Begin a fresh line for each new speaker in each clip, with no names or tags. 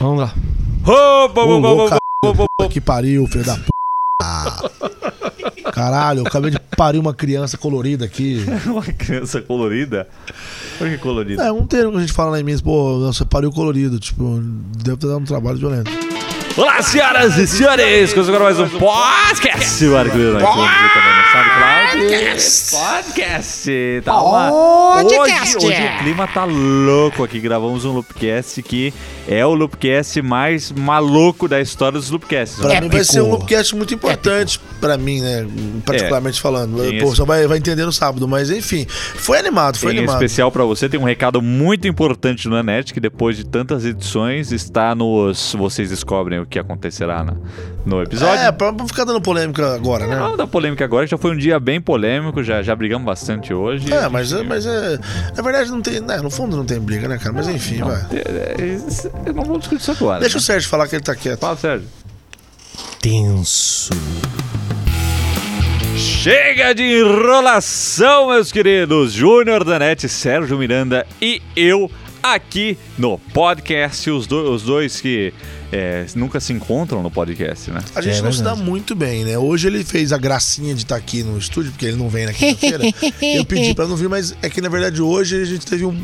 Vamos lá.
Ô, bo-
Ô,
bo- bo-
louco,
bo- bo- bo-
Puta que pariu, filho da p. Caralho, eu acabei de parir uma criança colorida aqui.
Uma criança colorida? Por que colorida?
É, um termo que a gente fala lá em Minas, pô, você pariu colorido. Tipo, deve ter dado um trabalho violento.
Olá, senhoras e senhores! Começamos agora mais um podcast! O Arquimedes vai produzir é também, não sabe, claro? Podcast! Tá uma... Hoje, hoje o clima tá louco aqui. Gravamos um Loopcast que é o Loopcast mais maluco da história dos Loopcasts.
Pra
né?
mim vai ser um loopcast muito importante, pra mim, né? Particularmente falando.
Tem
Pô,
esse-
só vai, vai entender no sábado, mas enfim. Foi animado, foi
Tem um
animado.
especial pra você, tem um recado muito importante no Anet, que depois de tantas edições está nos. Vocês descobrem o que acontecerá na- no episódio.
É, pra pra ficar dando polêmica agora, né?
Não, da polêmica agora, que já foi um dia bem polêmico, já, já brigamos bastante hoje.
É, mas, mas é. Na verdade, não tem. né, no fundo não tem briga, né, cara? Mas enfim, vai.
É, é, isso- eu não vou discutir isso agora. né?
Deixa o Sérgio falar que ele tá quieto.
Fala, Sérgio.
Tenso.
Chega de enrolação, meus queridos. Júnior Danete, Sérgio Miranda e eu aqui no podcast. Os, do- os dois que é, nunca se encontram no podcast, né?
A gente
É
não se dá
verdade.
muito bem, né? Hoje ele fez a gracinha de estar aqui no estúdio, porque ele não vem na quinta-feira. eu pedi pra não vir, mas é que na verdade hoje a gente teve um.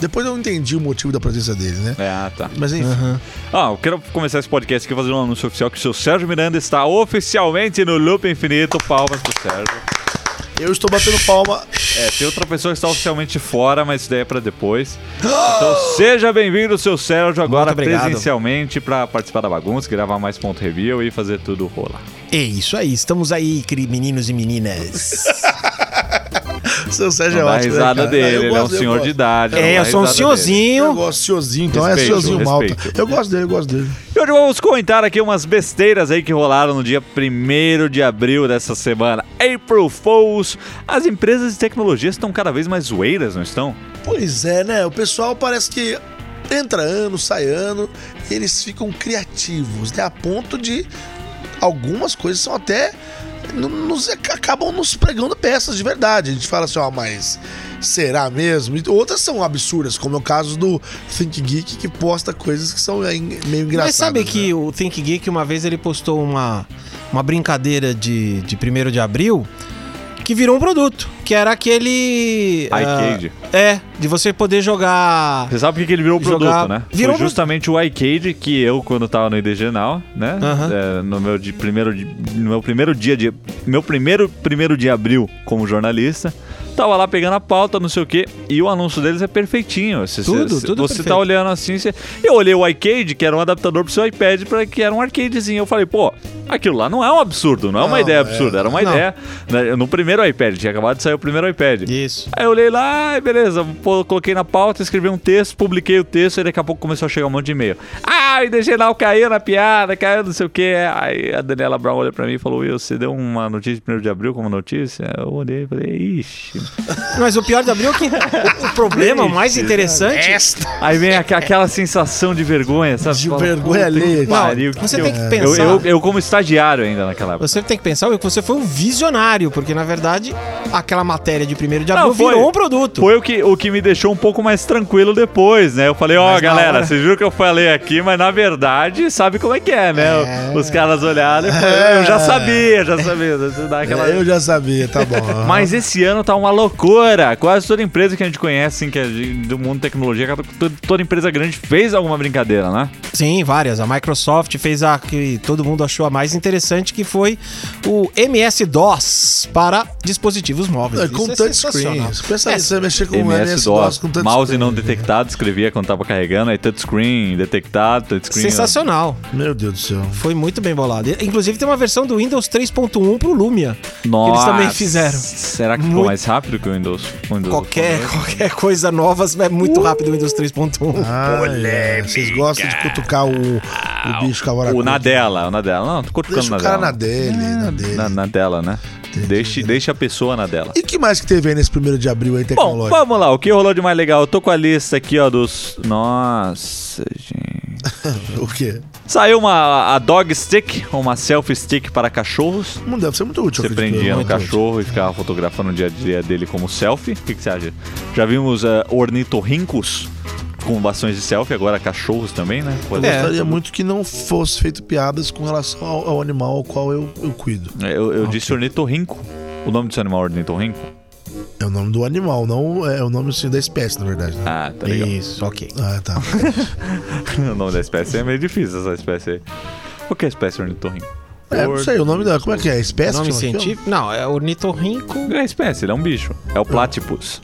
Depois eu entendi o motivo da presença dele, né?
É, ah, tá.
Mas enfim.
Ah, eu quero começar esse podcast aqui fazendo um anúncio oficial que o seu Sérgio Miranda está oficialmente no Loop Infinito. Palmas pro Sérgio.
Eu estou batendo palma.
É, tem outra pessoa que está oficialmente fora, mas isso daí é pra depois. Então seja bem-vindo, seu Sérgio, agora
Muito obrigado.
presencialmente pra participar da bagunça, gravar mais ponto review e fazer tudo rolar.
É isso aí, estamos aí, queri- meninos e meninas.
Seu Sérgio é
Não dá
ótimo. né,
risada
cara?
dele,
Eu
ele é um
gosto, eu
senhor
gosto.
de idade. não
é,
dá
eu sou
risada
um
dele.
Eu
senhorzinho.
gosto de senhorzinho, então é
Respeito,
senhorzinho malta.
respeito.
Eu gosto dele, eu gosto dele.
E hoje vamos comentar aqui umas besteiras aí que rolaram no dia 1 de abril dessa semana. April Fools. As empresas de tecnologia estão cada vez mais zoeiras, não estão?
Pois é, né? O pessoal parece que entra ano, sai ano, e eles ficam criativos, né? A ponto de algumas coisas são até. no- Nos, acabam nos pregando peças de verdade. A gente fala assim, ó, mas será mesmo? E outras são absurdas, como é o caso do Think Geek, que posta coisas que são aí meio engraçadas.
Mas sabe que
né?
o Think Geek uma vez ele postou uma, uma brincadeira de, de 1 de abril que virou um produto, que era aquele. ah,
Arcade.
é, de você poder jogar.
Você sabe o que que ele virou o produto,
Jogar-
né?
virou
Foi
pro-
justamente o iCade que eu, quando tava no IDGenal, né?
Aham.
É, no, meu de primeiro, de- no meu primeiro dia de. Meu primeiro, primeiro de abril como jornalista. Tava lá pegando a pauta, não sei o quê, e o anúncio deles é perfeitinho. Cê- cê-
Tudo,
cê-
tudo
Você tá
perfeito.
olhando assim, cê- eu olhei o iCade, que era um adaptador pro seu iPad, pra que era um arcadezinho. Eu falei, pô, aquilo lá não é um absurdo, não é uma
Não,
ideia
é.
absurda, era uma
Não.
ideia. né, No primeiro iPad, tinha acabado de sair o primeiro iPad.
Isso.
Aí eu olhei lá, ai, beleza, pô, coloquei na pauta, escrevi um texto, publiquei o texto, e daqui a pouco começou a chegar um monte de e-mail. Ah, o Degenal caiu na piada, caiu não sei o quê. Aí a Daniela Brown olhou pra mim e falou, Will, você deu uma notícia de 1 de abril como notícia? Eu olhei e falei, ixi.
Mas o pior de abril é que o problema o mais interessante.
Esta
Aí vem aqua- aquela sensação de vergonha, sabe?
de
Fala,
vergonha
puta que
alheia.
Não,
pariu,
você tem que
eu-
pensar.
Eu, eu, eu como estagiário ainda naquela época.
Você tem que pensar Will, que você foi um visionário, porque na verdade aquela matéria de 1 de
Não,
abril
foi.
virou um produto.
Foi o que, o que me deixou um pouco mais tranquilo depois, né? Eu falei, ó,
Mas na
galera,
hora-
vocês viram que eu falei aqui, mas na verdade, sabe como é que é, né? Os caras olharam e falaram, eu já sabia, já sabia. Você dá aquela...
Eu já sabia, tá bom.
Mas esse ano tá uma loucura. Quase toda empresa que a gente conhece, assim, que é de- do mundo da tecnologia, toda- toda empresa grande fez alguma brincadeira, né?
Sim, várias. A Microsoft fez a que todo mundo achou a mais interessante, que foi o MS-DOS para dispositivos móveis.
É,
Isso
com
é
touchscreen.
sensacional.
Pensa
É,
nisso, você mexer com
MS-DOS,
com touchscreen. né?
mouse não detectado, escrevia quando tava carregando, aí touchscreen, detectado,
né?
touchscreen... ó.
sensacional.
Meu Deus do céu.
Foi muito bem bolado. E, Inclusive tem uma versão do Windows 3.1 pro Lumia.
Nossa.
Que eles também fizeram.
Será que ficou
Muito-
mais rápido que o Windows? o Windows
Qualquer, qualquer coisa nova é muito rápido o Windows 3.1.
Uh! Ah, é. Vocês gostam de cutucar o, o bicho cavaracudo.
Ah, O na dela, o na dela. Não, tô cutucando
Deixa o cara na dele, na dele.
Na, na dela, né? Deixe, deixa a pessoa na dela.
E que mais que teve aí nesse primeiro de abril aí,
Bom,
tecnológico?
vamos lá. O que rolou de mais legal? Eu tô com a lista aqui, ó, dos... Nossa, gente...
o quê?
Saiu uma a dog stick, uma selfie stick para cachorros.
Não deve ser muito útil.
Você
eu acredito, né?
prendia no
Muito útil.
cachorro e ficava fotografando o dia a dia dele como selfie. O que, que você acha? Já vimos eh, ornitorrincos com ações de selfie, agora cachorros também, né?
Eu
Pode-
É.
gostaria muito que não fosse feito piadas com relação ao, ao animal ao qual eu, eu cuido.
Eu, eu disse ornitorrinco. O nome desse animal é ornitorrinco?
É o nome do animal, não é o nome assim, da espécie, na verdade. Né?
Ah, tá legal.
Isso, ok.
Ah, tá.
o nome da espécie é meio difícil, essa espécie aí. Qual que é a espécie ornitorrinco?
É, não sei, o nome da. Como é que é? Espécie?
Nome
que chama?
científico? Não, é ornitorrinco.
É a espécie, ele é um bicho. É o platypus.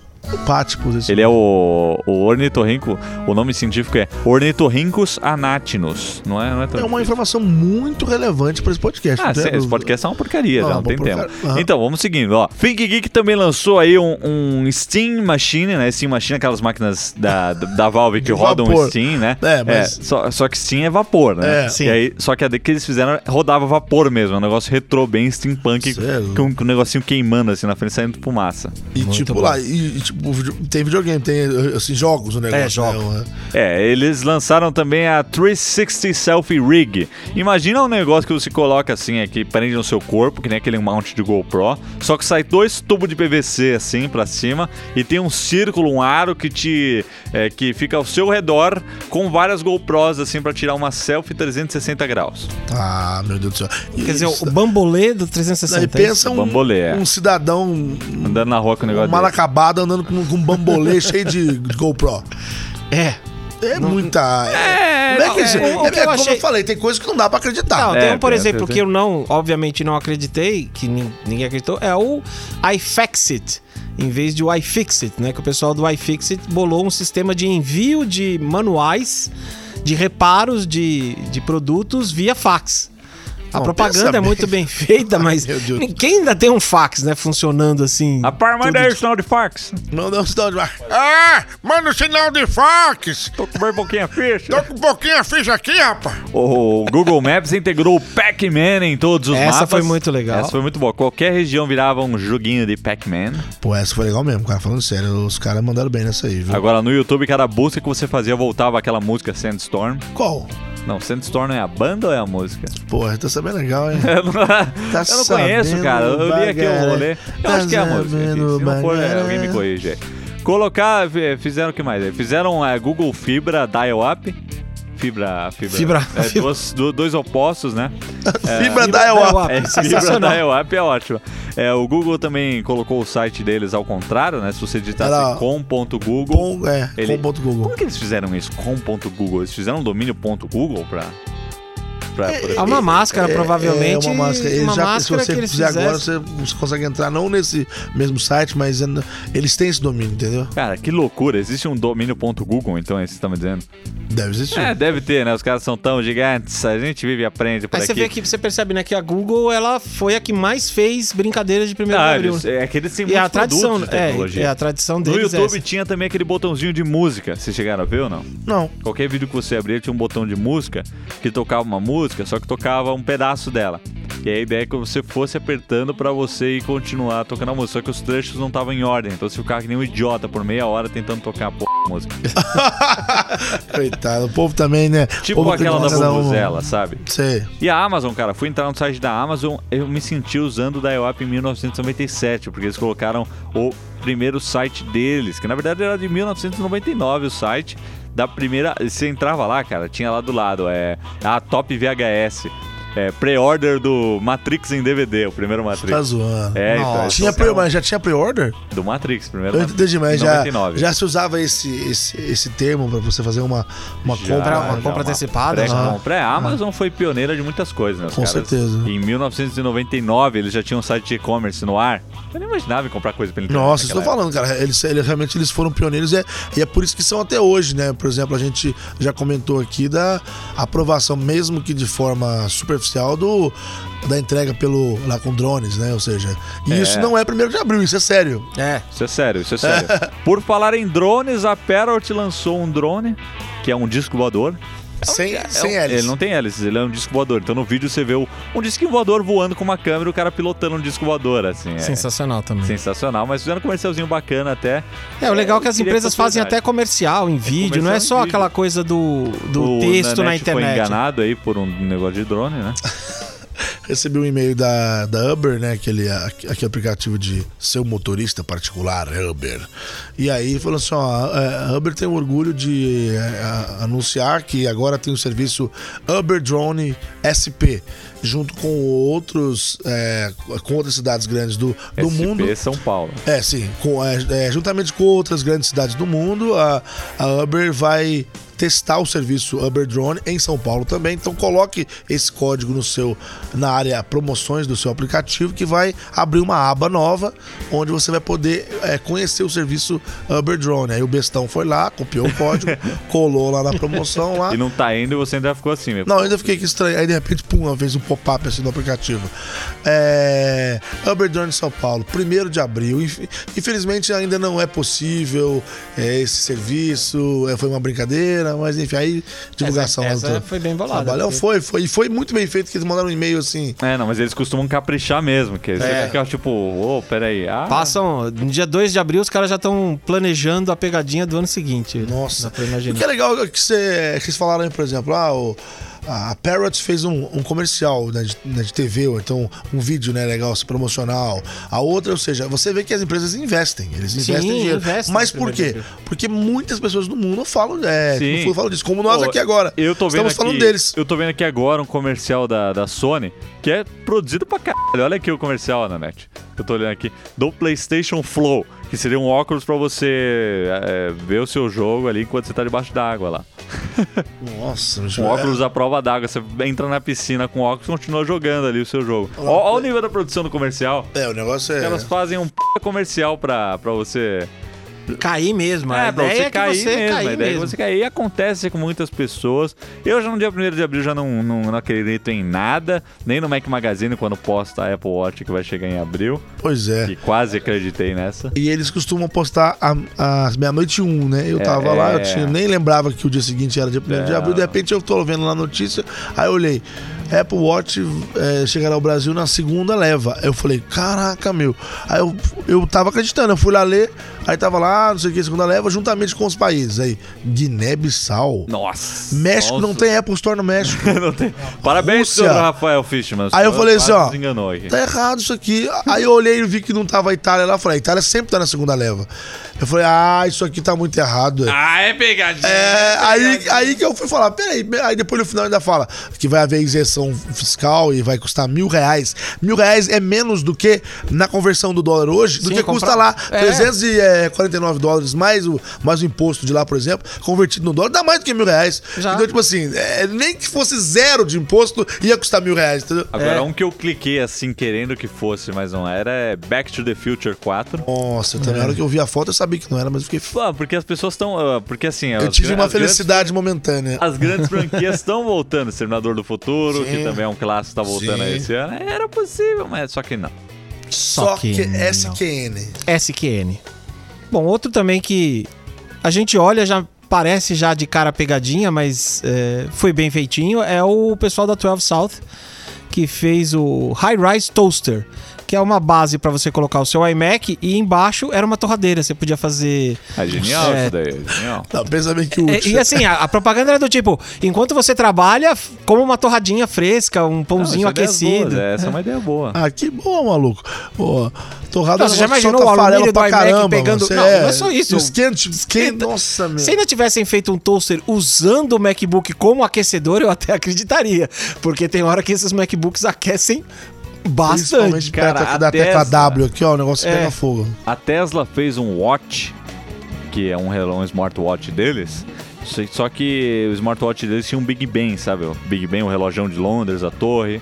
Pátipo, esse.
Ele é o, o ornitorrinco. O nome científico é Ornitorrincus anatinus. Não é, não é tão
É uma
difícil.
informação muito relevante para esse podcast.
Ah,
não tem
cê, esse
dúvida.
podcast é uma porcaria,
Ah,
já não
uma
tem
porcaria.
tempo.
Aham.
Então, vamos seguindo, ó. Think Geek também lançou aí um, um Steam Machine, né? Steam Machine, aquelas máquinas da, da- da Valve que
De
rodam
vapor.
Steam, né?
É, mas-
só, só que Steam é vapor, né?
É.
Sim.
E aí, só que a de- que eles fizeram rodava vapor mesmo, um negócio retrô bem steampunk,
Cê é louco.
com, com um negocinho queimando assim na frente, saindo fumaça.
E
Muito
tipo
bom.
lá, e, e, tipo, vide- tem videogame, tem assim, jogos, o negócio.
É, jogo.
né?
É, eles lançaram também a 360 Selfie Rig. Imagina um negócio que você coloca assim aqui, prende no seu corpo, que nem aquele mount de GoPro, só que sai dois tubos de PVC assim pra cima e tem um círculo, um aro que te é, que fica ao seu redor com várias GoPros assim pra tirar uma selfie 360 graus.
Ah, meu Deus do céu.
Quer dizer, o bambolê do
Aí
360. é isso?
pensa um,
Bambolê, é.
um cidadão um
Andando na rua com o negócio
mal
desse.
acabado andando com, com um bambolê cheio de, de GoPro.
É.
É muita. É, como é, que
não,
isso-
é, o
é-
que
é
eu
como
achei-
eu falei, tem coisa que não dá pra
Não,
acreditar.
É,
tem um, por
tem,
exemplo,
tem,
que eu não, obviamente, não acreditei, que nin- ninguém acreditou, é o iFixit, em vez de o iFixit, né? Que o pessoal do iFixit bolou um sistema de envio de manuais de reparos de, de produtos via fax. A
Não, pensa
propaganda é
bem.
muito bem feita, mas
meu Deus.
ninguém ainda tem um fax, né? Funcionando assim.
A par, manda aí o sinal de fax.
Manda um sinal de mar. Ah, manda um sinal de fax.
Tô com um pouquinho a ficha.
com um pouquinho a ficha aqui, rapaz.
O Google Maps integrou o Pac-Man em todos os mapas.
Essa foi muito legal.
Essa foi muito boa. Qualquer região virava um joguinho de Pac-Man.
Pô, essa foi legal mesmo, cara. Falando sério, os caras mandaram bem nessa aí, viu?
Agora no YouTube, cada busca que você fazia voltava aquela música Sandstorm.
Qual?
Não, Sandstorm é a banda ou é a música?
Porra, tá sabendo legal, hein?
Eu não,
Tá
eu não conheço,
sabendo
cara. Eu li aqui o
bagarai.
rolê. Eu
Tá
acho que é a música. enfim.
sabendo
Se não for, é,
bagarai.
alguém me corrige aí. Colocar, eh, fizeram o que mais? eh? Fizeram a Google Fibra Dial-Up. Fibra, fibra.
Fibra-
É, duas- du- dois opostos, né?
Fibra Dial-Up.
É, Fibra
sensacional.
da app é ótima. É, o Google também colocou o site deles ao contrário, né? Se você
Era
digitasse
lá.
com.google.
Com, é,
Ele-
com ponto Google.
Como que eles fizeram isso? Com.google? Eles fizeram um domínio.google pra. pra,
É
pra...
uma máscara, provavelmente.
É uma máscara. Ele já, se você
que eles
fizer agora,
fizeram.
você você consegue entrar não nesse mesmo site, mas é no- eles têm esse domínio, entendeu?
Cara, que loucura. Existe um domínio.google, então, é isso que você tá me dizendo?
Deve existir.
É, deve ter, né? Os caras são tão gigantes. A gente vive e aprende por
Aí você
aqui.
vê que você percebe, né, que a Google ela foi a que mais fez brincadeiras de primeiro
Ah,
de abril.
eles- é que eles têm
um. E
muitos
a tradição,
produtos de
é,
tecnologia.
é, a tradição
No
deles
YouTube
é essa.
tinha também aquele botãozinho de música. Vocês chegaram a ver ou não?
Não.
Qualquer vídeo que você abria tinha um botão de música que tocava uma música, só que tocava um pedaço dela. E a ideia é que você fosse apertando pra você ir continuar tocando a música. Só que os trechos não estavam em ordem, então você ficava que nem um idiota por meia hora tentando tocar a porra da música.
Coitado, o povo também, né?
Tipo
O povo
aquela da
cada um- tá
Bubuzela, sabe?
Sei.
E a Amazon, cara, fui entrar no site da Amazon, eu me senti usando o Dial-Up em 1997, porque eles colocaram o primeiro site deles, que na verdade era de 1999 o site da primeira. Você entrava lá, cara, tinha lá do lado, é a Top VHS, é, pre-order do Matrix em DVD, o primeiro Matrix.
Tá zoando.
É, então,
Nossa.
eles
Tinha pre
colocaram
mas já tinha pre-order?
do Matrix, primeiro.
Eu entendi, mas já,
99.
já se usava esse, esse, esse termo pra você fazer uma, uma
Já,
compra.
uma
já,
compra antecipada,
pré-compra. É, a Amazon foi pioneira de muitas coisas, né? os
Com
caras?
certeza.
Em 1999, eles já tinham um site de e-commerce no ar. Eu nem imaginava em comprar coisa pela internet.
Nossa, isso que eu tô
naquela
falando, cara. Eles, eles- realmente eles foram pioneiros e é, e é por isso que são até hoje, né? Por exemplo, a gente já comentou aqui da aprovação, mesmo que de forma superficial, do, da entrega pelo, lá com drones, né? Ou seja, e isso não é primeiro de abril, isso é sério.
É.
Isso é sério, isso é sério. Por falar em drones, a Parrot lançou um drone, que é um disco voador.
Sem,
É
sem
um-
hélice.
Ele não tem hélices, ele é um disco voador. Então no vídeo você vê o- um disco voador voando com uma câmera e o cara pilotando um disco voador, assim. É
Sensacional também.
sensacional, mas fizeram um comercialzinho bacana até.
É, o legal é que as
Queria
empresas fazem
oportunidade.
até comercial em vídeo, não
comercial
é
em
só
vídeo.
aquela coisa do, do
O
texto na
Nanete foi
internet.
né? enganado aí por um negócio de drone, né?
recebi um e-mail da, da Uber, né? Aquele, a- aquele aplicativo de seu motorista particular, Uber. E aí falou assim: ó, a- a Uber tem o orgulho de é, a- anunciar que agora tem o serviço Uber Drone SP, junto com outros, é, com outras cidades grandes do, do
SP
mundo.
São Paulo.
É, sim. Com, é, é, juntamente com outras grandes cidades do mundo, a, a Uber vai testar o serviço Uber Drone em São Paulo também. Então coloque esse código no seu na área promoções do seu aplicativo que vai abrir uma aba nova onde você vai poder é, conhecer o serviço Uber Drone. Aí o bestão foi lá, copiou o código, colou lá na promoção lá.
E não tá indo e você ainda ficou assim mesmo.
Ah. Não, eu ainda fiquei aqui estranho. Aí de repente, pum, uma vez um pop-up assim no aplicativo. É. Uber Drone São Paulo, 1 de abril. Inf- Infelizmente ainda não é possível é, esse serviço. É, foi uma brincadeira, mas enfim, aí divulgação é
Essa-
lá
essa foi né? bem bolada,
Trabalhão
porque-
foi, foi. E foi muito bem feito que eles mandaram um e-mail assim.
É, não, mas eles costumam caprichar mesmo, que você
É.
fica tipo, ô, peraí. Ah,
Passam, no dia 2 de abril, os caras já estão planejando a pegadinha do ano seguinte.
Nossa.
Dá pra
O
imaginar.
que é legal é que, cê, que vocês falaram aí, por exemplo, ah, o- a Parrot fez um, um comercial né, de, né, de TV, ou então um vídeo né, legal, assim, promocional. A outra, ou seja, você vê que as empresas investem. Eles investem dinheiro.
investem
Mas
no
por quê?
primeiro
Porque muitas pessoas no mundo falam, é,
Sim.
no fundo falam disso, como nós
Pô,
aqui agora.
Eu tô vendo
Estamos falando
aqui,
deles.
Eu tô vendo aqui agora um comercial da, da Sony que é produzido pra caralho. Olha aqui o comercial, Nanete. Eu tô olhando aqui. Do PlayStation Flow, que seria um óculos pra você é, ver o seu jogo ali enquanto você tá debaixo da água lá.
Nossa,
Com
bicho,
óculos à prova d'água. Você entra na piscina com óculos e continua jogando ali o seu jogo. Ó, ó o nível da produção do comercial.
é, é, o negócio é.
Elas fazem um p... comercial pra, pra você.
Cair mesmo. a
É, pra
ideia
você
é que
cair
você
mesmo.
cair
a ideia é que
mesmo.
você cair. E acontece com muitas pessoas. Eu já no dia 1 de abril já não, não, não acredito em nada, nem no Mac Magazine quando posta a Apple Watch que vai chegar em abril,
Pois é.
que quase acreditei nessa.
E eles costumam postar a- às meia-noite e um, né? Eu tava
é.
lá, eu tinha, nem lembrava que o dia seguinte era dia 1 de
É.
abril. De repente eu tô vendo lá a notícia, aí eu olhei. Apple Watch é, chegará ao Brasil na segunda leva. Eu falei, caraca, meu. Aí eu, eu tava acreditando, eu fui lá ler, aí tava lá, não sei o que, segunda leva, juntamente com os países. Aí, Guiné-Bissau.
Nossa!
México não
nossa.
tem Apple Store no México.
Não tem. Parabéns,
Rússia.
senhor Rafael Fishman.
Aí eu falei assim, ó.
Enganou aqui.
Tá errado isso aqui. Aí eu olhei e vi que não tava a Itália lá. Eu falei, a Itália sempre tá na segunda leva. Eu falei, ah, isso aqui tá muito errado.
Ah, é pegadinha.
É, aí, aí que eu fui falar, peraí, aí depois no final ainda fala que vai haver isenção fiscal e vai custar mil reais. Mil reais é menos do que na conversão do dólar hoje, do
Sim,
que custa
comprar-
lá.
É.
349 dólares mais o, mais o imposto de lá, por exemplo, convertido no dólar, dá mais do que mil reais.
Já.
Então, tipo assim, é, nem que fosse zero de imposto, ia custar mil reais, entendeu?
Agora,
É.
um que eu cliquei assim, querendo que fosse, mas não era, é Back to the Future 4.
Nossa, também
É.
na hora que eu vi a foto eu sabia que não era, mas eu fiquei. f-
Pô, porque as pessoas estão. porque assim.
Eu
as
tive
gran-
uma
as grandes
felicidade momentânea.
Ah,
As grandes franquias estão voltando. Exterminador do
Sim.
Futuro, que também é um clássico, tá voltando
Sim.
aí esse ano. Era possível, mas só que não.
Só que
não.
SQN.
SQN. Bom, outro também que a gente olha, já parece já de cara pegadinha, mas é, foi bem feitinho, é o pessoal da 12 South, que fez o High Rise Toaster, que é uma base para você colocar o seu iMac e embaixo era uma torradeira, você podia fazer...
É genial
É.
isso daí, é genial.
Não, pensa bem que
É,
útil.
E assim, a, a propaganda era do tipo, enquanto você trabalha, f- coma uma torradinha fresca, um
Não,
pãozinho
isso é ideias
aquecido.
boas, é, essa é uma ideia boa.
Ah, que bom, maluco. Pô, torrada
Não, você já
negócio que
imaginou
solta
o alumínio
farelo
do
tá pra
iMac
caramba,
pegando-
mano. Você
Não,
é-
não é só isso.
Esquenta, esquenta.
Esquenta.
Nossa, meu.
Se ainda tivessem feito um toaster usando o MacBook como aquecedor, eu até acreditaria. Porque tem hora que esses MacBooks aquecem bastante.
Principalmente perto
cara,
aqui
a
da tecla
Tesla.
W aqui, ó. O negócio
É.
pega fogo.
A Tesla fez um watch, que é um relógio um smartwatch deles. só- Só que o smartwatch deles tinha um Big Ben, sabe? O Big Ben, o relógio de Londres, a torre.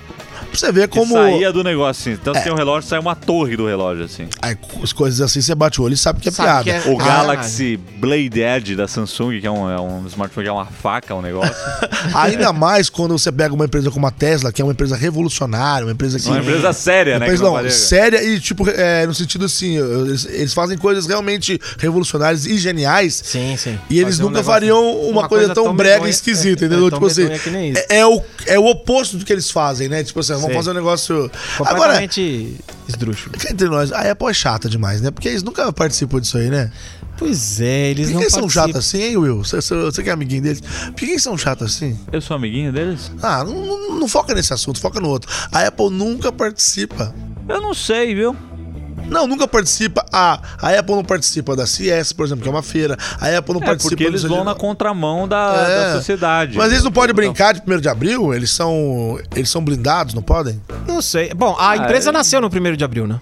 Pra você ver
Que
como
saía do negócio, assim. Então
É.
você tem um relógio, sai uma torre do relógio, assim.
Aí, as coisas assim, você bate o olho e sabe que é
Sabe
piada.
que é-
O
Ah,
Galaxy Blade Edge da Samsung, que é um, é um smartphone que é uma faca, um negócio.
Ainda mais quando você pega uma empresa como a Tesla, que é uma empresa revolucionária, uma empresa que...
Uma empresa séria, né?
Mas
que não
não,
faria-
séria e, tipo, é, no sentido assim, eles, eles fazem coisas realmente revolucionárias e geniais.
Sim, sim.
E eles
Fazer um
nunca
negócio-
fariam uma, coisa, tão, brega e
medonha-
esquisita,
é,
entendeu?
é, tão
tipo assim,
medonha que nem isso.
é, é o, é o oposto do que eles fazem, né? Tipo assim, vamos
Sei.
fazer um negócio... Agora,
Completamente esdrúxulo.
cá entre nós, a Apple é chata demais, né? Porque eles nunca participam disso aí, né?
Pois é,
Por
eles
que
não
eles são
participam.
chatos assim, hein, Will? Você, você- você que é amiguinho deles. Por que eles são chatos assim?
Eu sou amiguinho deles?
Ah, não, não- não foca nesse assunto, foca no outro. A Apple nunca participa.
Eu não sei, viu?
Não, nunca participa. Ah, a Apple não participa da CS, por exemplo, que é uma feira. A Apple não
É
participa
porque eles
do-
vão na contramão da,
É.
da sociedade. Então.
Mas eles não podem brincar de 1 de abril? Eles são. Eles são blindados, não podem?
Não sei. Bom, a empresa
é-
nasceu no 1 de abril, né?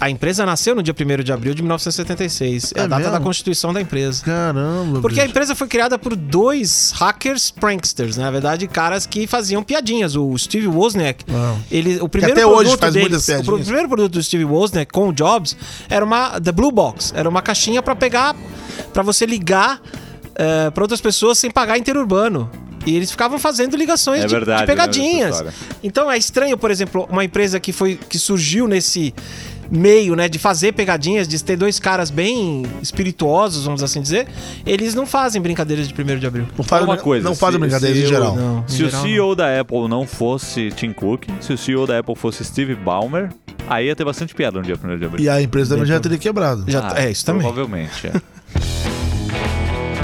A empresa nasceu no dia 1 de abril de 1976. É, a
É
data da
mesmo?
constituição da empresa.
Caramba,
Porque a
é
bicho.
empresa foi criada por dois hackers pranksters, né? na verdade, caras que faziam piadinhas. O Steve Wozniak,
Ah.
ele, o primeiro
até hoje
produto
faz
deles-
muitas
o, pro-
piadinhas.
primeiro produto do Steve Wozniak né, com o Jobs era uma The Blue Box, era uma caixinha pra pegar, pra você ligar eh, pra outras pessoas sem pagar interurbano. E eles ficavam fazendo ligações
É
de,
verdade,
de
eu lembro
pegadinhas.
dessa
Então é estranho, por exemplo, uma empresa que foi que surgiu nesse meio, né, de fazer pegadinhas, de ter dois caras bem espirituosos, vamos assim dizer, eles não fazem brincadeiras de 1 de abril.
Não faz
Uma coisa,
Não fazem
se-
brincadeiras
se
em
eu-
geral.
Não, em
Se o
geral,
CEO da Apple não fosse Tim Cook, se o CEO da Apple fosse Steve Ballmer, aí ia ter bastante piada no dia 1 de abril.
E a empresa também já teria quebrado.
não. Já-
Ah,
é isso também.
Provavelmente, é.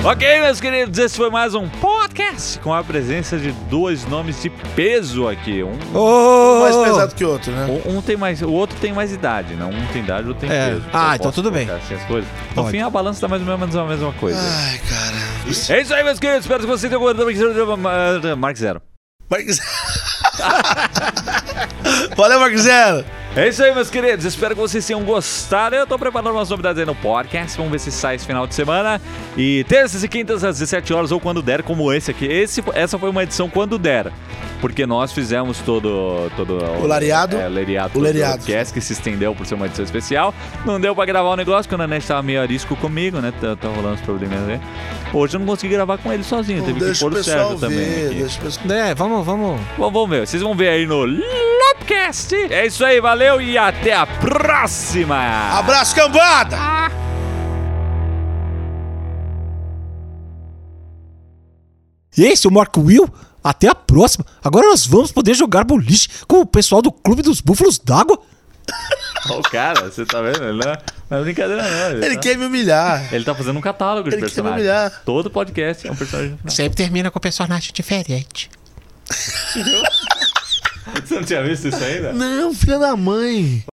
Ok, meus queridos, esse foi mais um podcast com a presença de dois nomes de peso aqui. Um,
Oh!
Um mais pesado que o outro, né?
um- um tem mais, o outro tem mais idade, não? Um tem idade, o outro tem
É.
peso.
Ah,
Eu
então
posso
tudo bem.
colocar assim as coisas. No
Pode. Ah.
fim, a balança dá mais ou menos a mesma coisa.
Ai, cara.
É isso aí, meus queridos. Espero que vocês tenham gostado. Mark Zero.
Marques... Valeu, Marques Zero.
É isso aí, meus queridos. Espero que vocês tenham gostado. Eu tô preparando umas novidades aí no podcast. Vamos ver se sai esse final de semana. E terças e quintas às 17 horas ou quando der, como esse aqui. Esse, essa foi uma edição quando der. Porque nós fizemos todo. todo
O lareado.
É, lereado.
O lereado.
podcast que se estendeu por ser uma edição especial. Não deu pra gravar o negócio, porque o Nanete tava meio arisco comigo, né? Tá, tá rolando uns probleminhas aí. Hoje eu não consegui gravar com ele sozinho.
Não,
Teve que
Deixa
pôr
o
o Sérgio
pessoal
também.
ver.
aqui.
Deixa o pessoal...
É, vamos, vamos.
Bom, vamos ver. Vocês vão ver aí no Lopcast. É isso aí, valeu e até a próxima.
Abraço, cambada!
E esse é o Mark Will. Até a próxima. Agora nós vamos poder jogar boliche com o pessoal do Clube dos Búfalos d'Água.
Ó, o cara, você tá vendo? Ele não é, não é brincadeira, não. Ele,
Ele
tá...
quer me humilhar.
ele tá fazendo um catálogo de
Ele quer me
personagens.
humilhar.
Todo podcast é um personagem. Não.
Sempre termina com personagem é diferente.
Você não tinha visto isso ainda?
Não, filha da mãe.